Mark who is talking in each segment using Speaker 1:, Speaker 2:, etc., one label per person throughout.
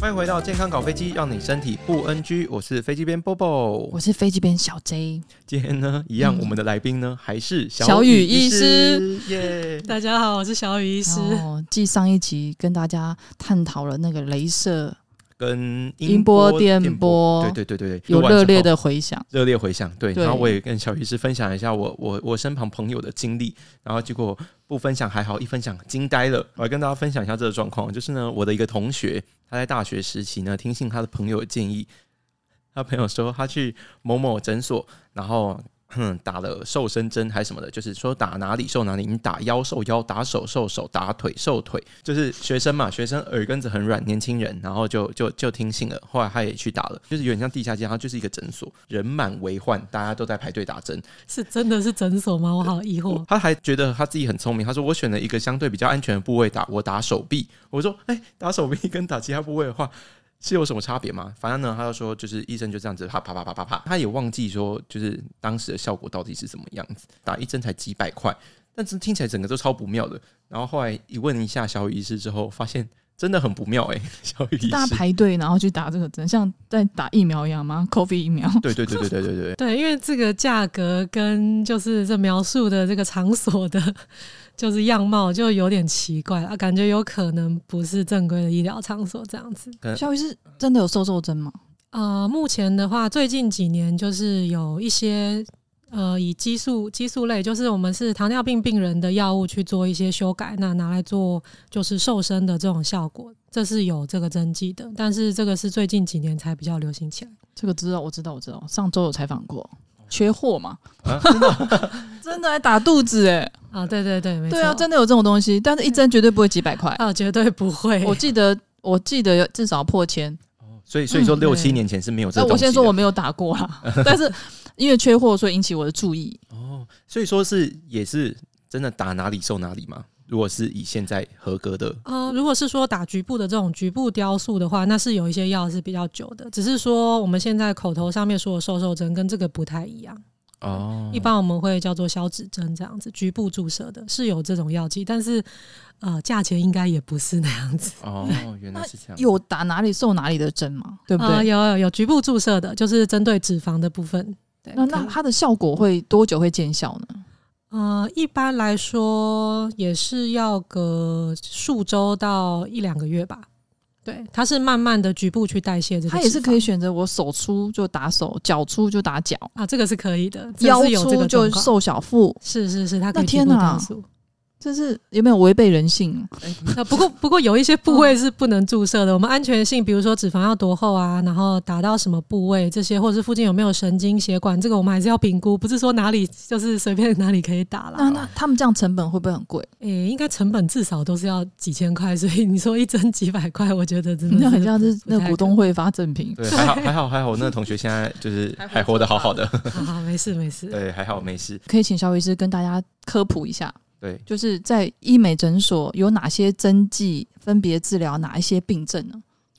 Speaker 1: 欢迎回到健康搞飞机，让你身体不 NG。我是飞机边 Bobo，
Speaker 2: 我是飞机边小 J。
Speaker 1: 今天呢，一样，我们的来宾呢还是
Speaker 2: 小
Speaker 1: 雨
Speaker 2: 雨医
Speaker 1: 师，耶！
Speaker 3: 大家好，我是小雨医师。
Speaker 2: 然后继上一集跟大家探讨了那个镭射
Speaker 1: 跟
Speaker 2: 音波电波
Speaker 1: 对对对对对，
Speaker 2: 有
Speaker 1: 录完之哦
Speaker 2: 热烈
Speaker 1: 后
Speaker 2: 的回响，
Speaker 1: 热烈回响，对。
Speaker 2: 对
Speaker 1: 然后我也跟小医师分享一下我我我身旁朋友的经历，然后结果不分享还好，一分享惊呆了。我来跟大家分享一下这个状况，就是呢，我的一个同学，他在大学时期呢，听信他的朋友的建议，他朋友说他去某某诊所，然后。哼，打了瘦身针还是什么的，就是说打哪里瘦哪里，你打腰瘦腰，打手瘦手，打腿瘦腿，就是学生嘛，学生耳根子很软，年轻人，然后就就就听信了，后来他也去打了，就是有点像地下街，它就是一个诊所，人满为患，大家都在排队打针。
Speaker 3: 是真的是诊所吗？我好疑
Speaker 2: 哦
Speaker 3: 惑。
Speaker 1: 他还觉得他自己很聪明，他说我选了一个相对比较安全的部位打，我打手臂。我说，哎、打手臂跟打其他部位的话。是有什么差别吗？反正呢，他就说，就是医生就这样子啪啪啪啪啪啪，他也忘记说，就是当时的效果到底是怎么样子。打一针才几百块，但是听起来整个都超不妙的。然后后来一问一下小雨医师之后，发现真的很不妙哎、小雨医
Speaker 2: 大家
Speaker 1: 师，
Speaker 2: 排队然后去打这个针，像在打疫苗一样吗？COVID 疫苗，
Speaker 1: 对对对对对对对，
Speaker 3: 对，因为这个价格跟就是这描述的这个场所的， 就是样貌就有点奇怪啊，感觉有可能不是正规的医疗场所这样子。
Speaker 2: 小雨是真的有瘦瘦针吗？
Speaker 3: 呃，目前的话，最近几年就是有一些呃，以激素激素类，就是我们是糖尿病病人的药物去做一些修改，那拿来做就是瘦身的这种效果，这是有这个针剂的，但是这个是最近几年才比较流行起来。
Speaker 2: 这个知道，我知道，我知道。上周有采访过，缺货嘛？
Speaker 1: 哦啊
Speaker 2: 真的还打肚子哎、
Speaker 3: 啊，对对对，没错，
Speaker 2: 对啊，真的有这种东西，但是一针绝对不会几百块。
Speaker 3: 啊，绝对不
Speaker 1: 哎
Speaker 3: 会。
Speaker 2: 我记得，我记得有至少破千。
Speaker 1: 所以所以说
Speaker 3: 嗯
Speaker 1: 六七
Speaker 3: 对
Speaker 1: 年前是没有这
Speaker 2: 那
Speaker 1: 个东西的。啊
Speaker 2: 我先说我没有打过 啦，但是因为缺货，所以引起我的注意。
Speaker 1: 哦，所以说是也是真的打哪里瘦哪里吗？如果是以现在合格的，
Speaker 3: 呃，如果是说打局部的这种局部雕塑的话，那是有一些药是比较久的，只是说我们现在口头上面说的瘦瘦针跟这个不太一样。
Speaker 1: 哦
Speaker 3: 一般我们会叫做消脂针这样子，局部注射的是有这种药剂，但是呃，价钱应该也不是那样子。
Speaker 1: 哦，原来是这
Speaker 3: 嗯
Speaker 1: 样。
Speaker 2: 有打哪里受哪里的针嘛，对不
Speaker 3: 啊、
Speaker 2: 对？
Speaker 3: 有有有局部注射的，就是针对脂肪的部分。对，
Speaker 2: 那那它的效果会多久会见效呢？
Speaker 3: 呃，一般来说也是要个数周到一两个月吧。对，它是慢慢的局部去代谢这个脂肪，
Speaker 2: 它也是可以选择我手粗就打手，脚粗就打脚，
Speaker 3: 啊，这个是可以的，这
Speaker 2: 腰
Speaker 3: 是有这
Speaker 2: 粗就
Speaker 3: 个状况。
Speaker 2: 瘦小腹，
Speaker 3: 是是是，它可
Speaker 2: 那
Speaker 3: 以局
Speaker 2: 天
Speaker 3: 部
Speaker 2: 哪
Speaker 3: 雕塑。
Speaker 2: 这是有没有违背人性？啊
Speaker 3: 那不过不过有一些部位是不能注射的，我们安全性，比如说脂肪要多厚啊，然后打到什么部位这些，或者是附近有没有神经血管，这个我们还是要评估，不是说哪里就是随便哪里可以打啦。
Speaker 2: 那那他们这样成本会不会很贵？
Speaker 3: 诶、应该成本至少都是要几千块，所以你说一针几百块，我觉得真的
Speaker 2: 那很
Speaker 3: 是
Speaker 2: 像是那
Speaker 3: 嗯不太
Speaker 2: 股东会发赠品，
Speaker 1: 对，还好还好还好，我那个同学现在就是还活得好好的，
Speaker 3: 好好啊没事没事。
Speaker 1: 对，还好没事。
Speaker 2: 可以请肖医师跟大家科普一下，
Speaker 1: 对，
Speaker 2: 就是在医美诊所有哪些针剂分别治疗哪一些病症呢？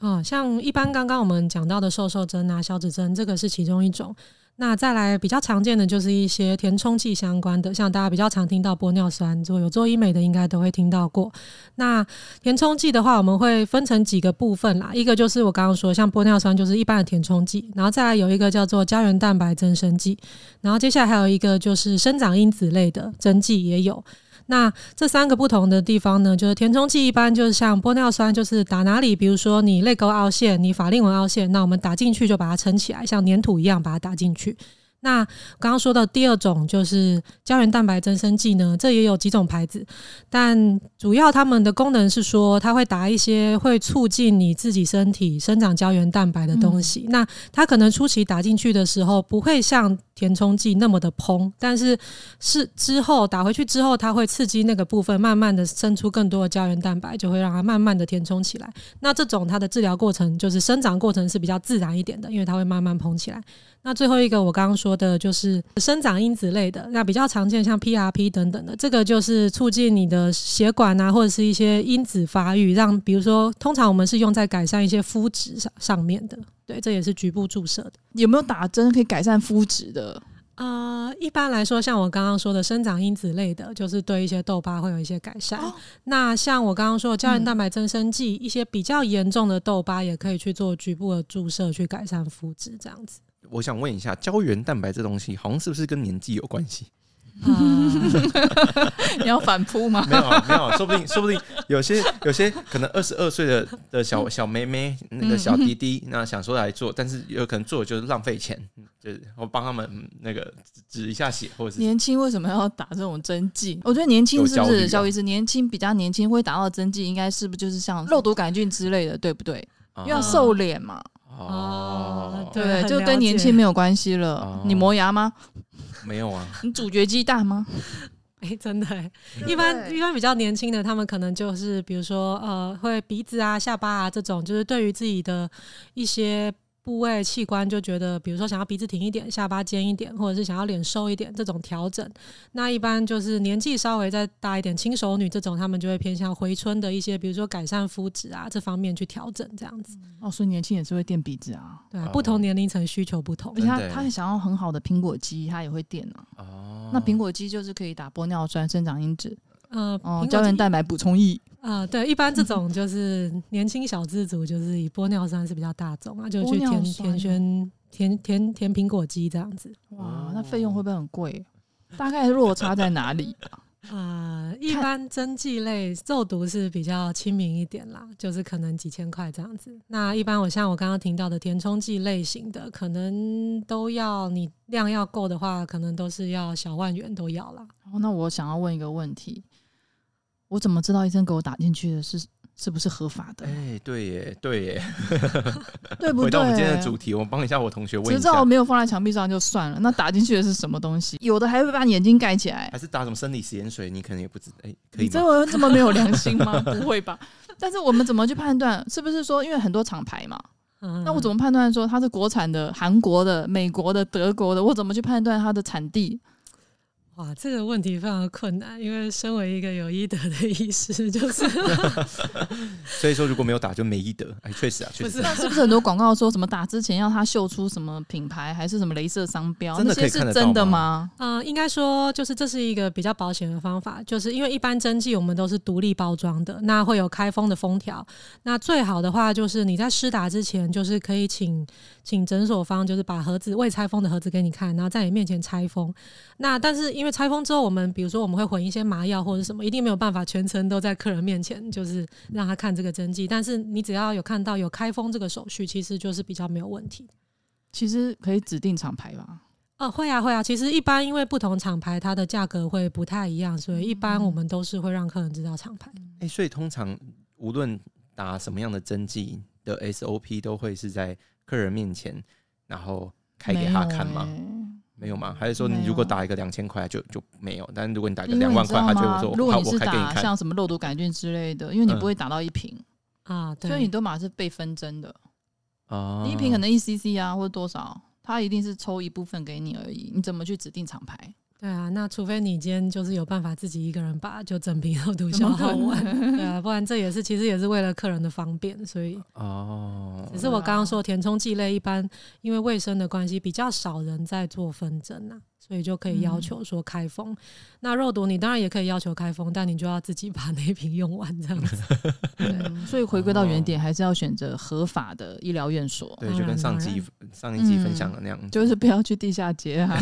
Speaker 3: 哦，像一般刚刚我们讲到的瘦瘦针啊、消脂针，这个是其中一种。那再来比较常见的就是一些填充剂相关的，像大家比较常听到玻尿酸，做有做医美的应该都会听到过。那填充剂的话，我们会分成几个部分啦，一个就是我刚刚说，像玻尿酸就是一般的填充剂，然后再来有一个叫做胶原蛋白增生剂，然后接下来还有一个就是生长因子类的针剂也有。那这三个不同的地方呢，就是填充剂一般就是像玻尿酸，就是打哪里，比如说你泪沟凹陷、你法令纹凹陷，那我们打进去就把它撑起来，像粘土一样把它打进去。那刚刚说到第二种就是胶原蛋白增生剂呢，这也有几种牌子，但主要它们的功能是说，它会打一些会促进你自己身体生长胶原蛋白的东西。那它可能初期打进去的时候不会像填充剂那么的嘭，但是是之后打回去之后，它会刺激那个部分，慢慢的生出更多的胶原蛋白，就会让它慢慢的填充起来。那这种它的治疗过程就是生长过程是比较自然一点的，因为它会慢慢膨起来。那最后一个我刚刚说的就是生长因子类的，那比较常见像 PRP 等等的，这个就是促进你的血管啊或者是一些因子发育，让比如说通常我们是用在改善一些肤质上上面的，对，这也是局部注射的。
Speaker 2: 有没有打针可以改善肤质的？
Speaker 3: 呃，一般来说，像我刚刚说的生长因子类的，就是对一些痘疤会有一些改善。
Speaker 2: 哦
Speaker 3: 那像我刚刚说的胶原蛋白增生剂，一些比较严重的痘疤也可以去做局部的注射去改善肤质，这样子。
Speaker 1: 我想问一下，胶原蛋白这东西好像是不是跟年纪有关系？
Speaker 3: 呃
Speaker 2: 你要反扑吗？
Speaker 1: 没有啊，没有啊，说不定说不定有些有些可能二十二岁的的小小妹妹，那个小弟弟，那想说来做，但是有可能做的就是浪费钱，就是我帮他们嗯那个止止一下血，或者是
Speaker 2: 年轻为什么要打这种针剂？我觉得年轻是不
Speaker 1: 有焦虑
Speaker 2: 是
Speaker 1: 啊
Speaker 2: 肖医师？年轻比较年轻会打到针剂，应该是不是就是像肉毒杆菌之类的，对不对？
Speaker 1: 啊
Speaker 2: 因为要瘦脸嘛，
Speaker 1: 哦
Speaker 3: 哦，
Speaker 2: 对
Speaker 3: 对
Speaker 2: 不对？
Speaker 3: 很
Speaker 2: 就跟
Speaker 3: 了
Speaker 2: 年
Speaker 3: 解
Speaker 2: 轻没有关系了。
Speaker 1: 哦
Speaker 2: 你磨牙 吗？
Speaker 1: 没有啊，
Speaker 2: 你咀嚼鸡蛋吗？
Speaker 3: 哎、真的、欸，一
Speaker 2: 哦
Speaker 3: 般一般比较年轻的，他们可能就是比如说呃，会鼻子啊、下巴啊这种，就是对于自己的一些部位器官就觉得，比如说想要鼻子挺一点、下巴尖一点，或者是想要脸瘦一点这种调整。那一般就是年纪稍微再大一点，轻熟女这种，他们就会偏向回春的一些，比如说改善肤质啊这方面去调整这样子。
Speaker 2: 哦，所以年轻也是会垫鼻子啊。
Speaker 3: 对啊，
Speaker 1: 哦
Speaker 3: 不同年龄层需求不同
Speaker 2: 而。且他
Speaker 1: 真的耶
Speaker 2: 他很想要很好的苹果肌，他也会垫啊。
Speaker 1: 哦，
Speaker 2: 那苹果肌就是可以打玻尿酸、生长因子、
Speaker 3: 呃，
Speaker 2: 哦
Speaker 3: 苹果，
Speaker 2: 胶原
Speaker 3: 肌
Speaker 2: 蛋白补充液。
Speaker 3: 啊，对，一般这种就是年轻小资族，就是以玻尿酸是比较大众啊，就
Speaker 2: 玻
Speaker 3: 去
Speaker 2: 尿
Speaker 3: 填
Speaker 2: 酸哦
Speaker 3: 填宣填填填苹果肌这样子。
Speaker 1: 哦
Speaker 2: 哇，那费用会不会很贵？大概落差在哪里啊？
Speaker 3: 啊，一般针剂类肉毒是比较亲民一点啦，就是可能几千块这样子。那一般我像我刚刚听到的填充剂类型的，可能都要你量要够的话，可能都是要小万元都要啦。
Speaker 2: 哦，那我想要问一个问题，我怎么知道医生给我打进去的是是不是合法的？
Speaker 1: 哎，对耶，对耶，哎
Speaker 2: 对不对？
Speaker 1: 回到我们今天的主题，我帮一下我同学问
Speaker 2: 执
Speaker 1: 一下
Speaker 2: 照，没有放在墙壁上就算了，那打进去的是什么东西？有的还会把你眼睛盖起来
Speaker 1: 还，是打什么生理食盐水，你可能也不知，哎，可
Speaker 2: 你
Speaker 1: 以
Speaker 2: 这
Speaker 1: 吗？
Speaker 2: 么这么没有良心 吗？不会吧？但是我们怎么去判断？是不是说因为很多厂牌嘛？
Speaker 3: 嗯，
Speaker 2: 那我怎么判断说它是国产的、韩国的、美国的、德国的？我怎么去判断它的产地？
Speaker 3: 哇，这个问题非常的困难，因为身为一个有医德的医师， 就是
Speaker 1: 所以说如果没有打就没医德，哎，确实啊，确
Speaker 3: 不
Speaker 1: 实
Speaker 3: 是
Speaker 1: 啊，
Speaker 2: 那是不是很多广告说什么打之前要它秀出什么品牌，还是什么镭射商标？
Speaker 1: 真的
Speaker 2: 那
Speaker 1: 可
Speaker 2: 些
Speaker 1: 以看得
Speaker 2: 是真
Speaker 1: 到
Speaker 2: 的吗？
Speaker 3: 呃，应该说就是这是一个比较保险的方法，就是因为一般针剂我们都是独立包装的，那会有开封的封条。那最好的话就是你在施打之前，就是可以请请诊所方就是把盒子未拆封的盒子给你看，然后在你面前拆封。那但是因为拆封之后，我们比如说我们会混一些麻药或者什么，一定没有办法全程都在客人面前就是让他看这个针剂。但是你只要有看到有开封这个手续，其实就是比较没有问题的
Speaker 2: 其实可以指定厂牌吧。
Speaker 3: 哦，会啊，会啊。其实一般因为不同厂牌它的价格会不太一样，所以一
Speaker 2: 嗯
Speaker 3: 般我们都是会让客人知道厂牌。
Speaker 1: 哎，所以通常无论打什么样的针剂的 SOP 都会是在客人面前，然后开给他看吗？
Speaker 2: 没有欸
Speaker 1: 没有吗？还是说
Speaker 2: 没
Speaker 1: 你
Speaker 2: 有
Speaker 1: 如果打一个两千块就就没有？但如果你打一个
Speaker 2: 因为
Speaker 1: 两
Speaker 2: 你
Speaker 1: 万
Speaker 2: 知
Speaker 1: 块，
Speaker 2: 道
Speaker 1: 他就
Speaker 2: 吗
Speaker 1: 会？说
Speaker 2: 如
Speaker 1: 我
Speaker 2: 果
Speaker 1: 好，
Speaker 2: 你
Speaker 1: 我
Speaker 2: 是
Speaker 1: 开给你
Speaker 2: 打
Speaker 1: 看。
Speaker 2: 像什么肉毒杆菌之类的，因为你
Speaker 1: 嗯
Speaker 2: 不会打到一瓶，
Speaker 3: 啊，对。
Speaker 2: 所以你都马是被分针的。
Speaker 1: 哦
Speaker 2: 你一瓶可能一 CC 啊，或者多少，它一定是抽一部分给你而已。你怎么去指定厂牌？
Speaker 3: 对啊，那除非你今天就是有办法自己一个人把就整瓶肉毒
Speaker 2: 怎
Speaker 3: 消
Speaker 2: 么可
Speaker 3: 耗完，
Speaker 2: 能
Speaker 3: 对啊，不然这也是其实也是为了客人的方便，所以
Speaker 1: 哦
Speaker 3: 只是
Speaker 2: 啊
Speaker 3: 我刚刚说填充剂类一般因为卫生的关系比较少人在做纷争啊，所以就可以
Speaker 2: 嗯
Speaker 3: 要求说开封。那肉毒你当然也可以要求开封，但你就要自己把那瓶用完这样子。 啊
Speaker 2: 嗯所以回归到原点，还是要选择合法的医疗院所，
Speaker 1: 对，
Speaker 3: 当
Speaker 1: 就跟
Speaker 3: 然
Speaker 1: 上
Speaker 3: 当
Speaker 1: 集上一集分享的那样子，
Speaker 2: 啊就是不要去地下街 啊，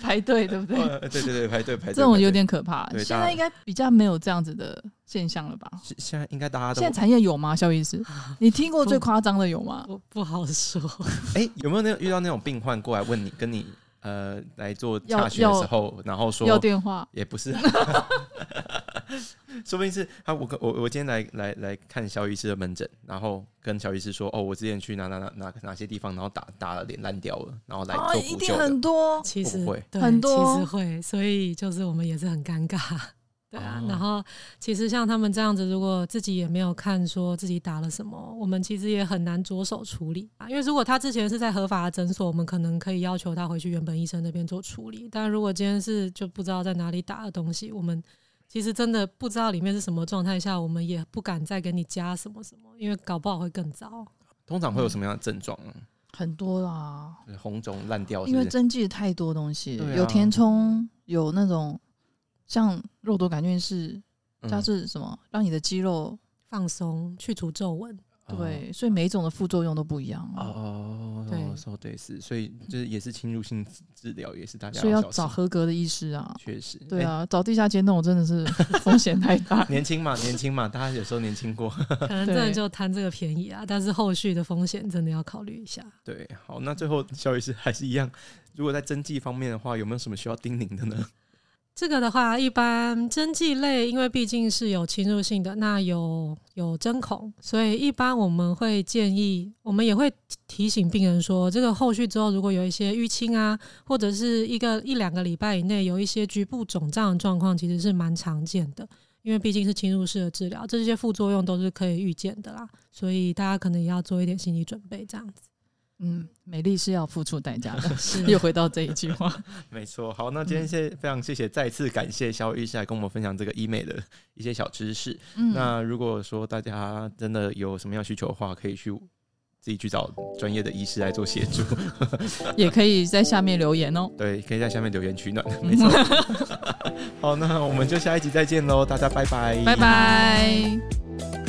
Speaker 2: 排队，对不对？
Speaker 1: 呃 对对对，排队排队，
Speaker 2: 这种有
Speaker 1: 排队
Speaker 2: 点可怕。
Speaker 1: 对
Speaker 2: 现
Speaker 1: 大家
Speaker 2: 在应该比较没有这样子的现象了吧？
Speaker 1: 现现在应该大家都
Speaker 2: 现在产业有吗？肖医 师，你听过最夸张的有吗？
Speaker 3: 我不好说，
Speaker 1: 哎，有没有那种遇到那种病患过来问你，跟你呃来做
Speaker 2: 要
Speaker 1: 查询的
Speaker 2: 要
Speaker 1: 时候，然后
Speaker 2: 要
Speaker 1: 说
Speaker 2: 电话。
Speaker 1: 也不是， 说不定是他我跟我我今天来来来看肖医师的门诊，然后跟肖医师说，哦，我之前去哪哪哪哪哪些地方，然后打打了脸烂掉了，然后来
Speaker 2: 啊，
Speaker 1: 做
Speaker 2: 一
Speaker 1: 补
Speaker 2: 定
Speaker 1: 救的。
Speaker 2: 很多。
Speaker 3: 其
Speaker 1: 会
Speaker 3: 实
Speaker 1: 不会
Speaker 3: 对
Speaker 2: 很多哦
Speaker 3: 其实会，所以就是我们也是很尴尬，对啊。
Speaker 1: 哦
Speaker 3: 然后其实像他们这样子，如果自己也没有看说自己打了什么，我们其实也很难着手处理啊。因为如果他之前是在合法的诊所，我们可能可以要求他回去原本医生那边做处理。但如果今天是就不知道在哪里打的东西，我们其实真的不知道里面是什么状态下，我们也不敢再给你加什么什么，因为搞不好会更糟。
Speaker 2: 嗯
Speaker 1: 通常会有什么样的症状？
Speaker 2: 很多啦，
Speaker 1: 红肿烂掉哦是
Speaker 2: 因
Speaker 1: 不
Speaker 2: 为
Speaker 1: 是？
Speaker 2: 针剂太多东西了，
Speaker 1: 对啊
Speaker 2: 有填充，有那种像肉毒杆菌是
Speaker 1: 嗯
Speaker 2: 它是什么，让你的肌肉
Speaker 3: 放松、去除皱纹，
Speaker 2: 对，所以每一种的副作用都不一样
Speaker 1: 哦哦，
Speaker 3: 对
Speaker 1: 说对是，所以就是也是侵入性治疗，也是大家
Speaker 2: 所以要
Speaker 1: 小
Speaker 2: 找
Speaker 1: 心
Speaker 2: 合格的医师啊。
Speaker 1: 确实
Speaker 2: 对。
Speaker 1: 哎
Speaker 2: 啊，找地下街那种真 的是风险太大。
Speaker 1: 年轻嘛，年轻嘛，大家有时候年轻过。
Speaker 3: 可能真的
Speaker 2: 对
Speaker 3: 就贪这个便宜啊，但是后续的风险真的要考虑一下。
Speaker 1: 对，好，那最后肖医师还是一样，如果在针剂方面的话，有没有什么需要叮咛的呢？
Speaker 3: 这个的话，一般针剂类，因为毕竟是有侵入性的，那有有针孔，所以一般我们会建议，我们也会提醒病人说，这个后续之后如果有一些淤青啊，或者是一个一两个礼拜以内有一些局部肿胀的状况，其实是蛮常见的，因为毕竟是侵入式的治疗，这些副作用都是可以预见的啦，所以大家可能也要做一点心理准备，这样子。
Speaker 2: 嗯，美丽是要付出代 价的。
Speaker 3: 是
Speaker 2: 又回到这一句话，
Speaker 1: 没错，好，那今天谢非常谢谢，再次感谢肖医师来跟我们分享这个医美的一些小知识。
Speaker 2: 嗯，
Speaker 1: 那如果说大家真的有什么样需求的话，可以去自己去找专业的医师来做协助。
Speaker 2: 嗯也可以在下面留言哦。
Speaker 1: 对，可以在下面留言取暖，没错。好，那我们就下一集再见喽，大家拜拜，
Speaker 2: 拜拜。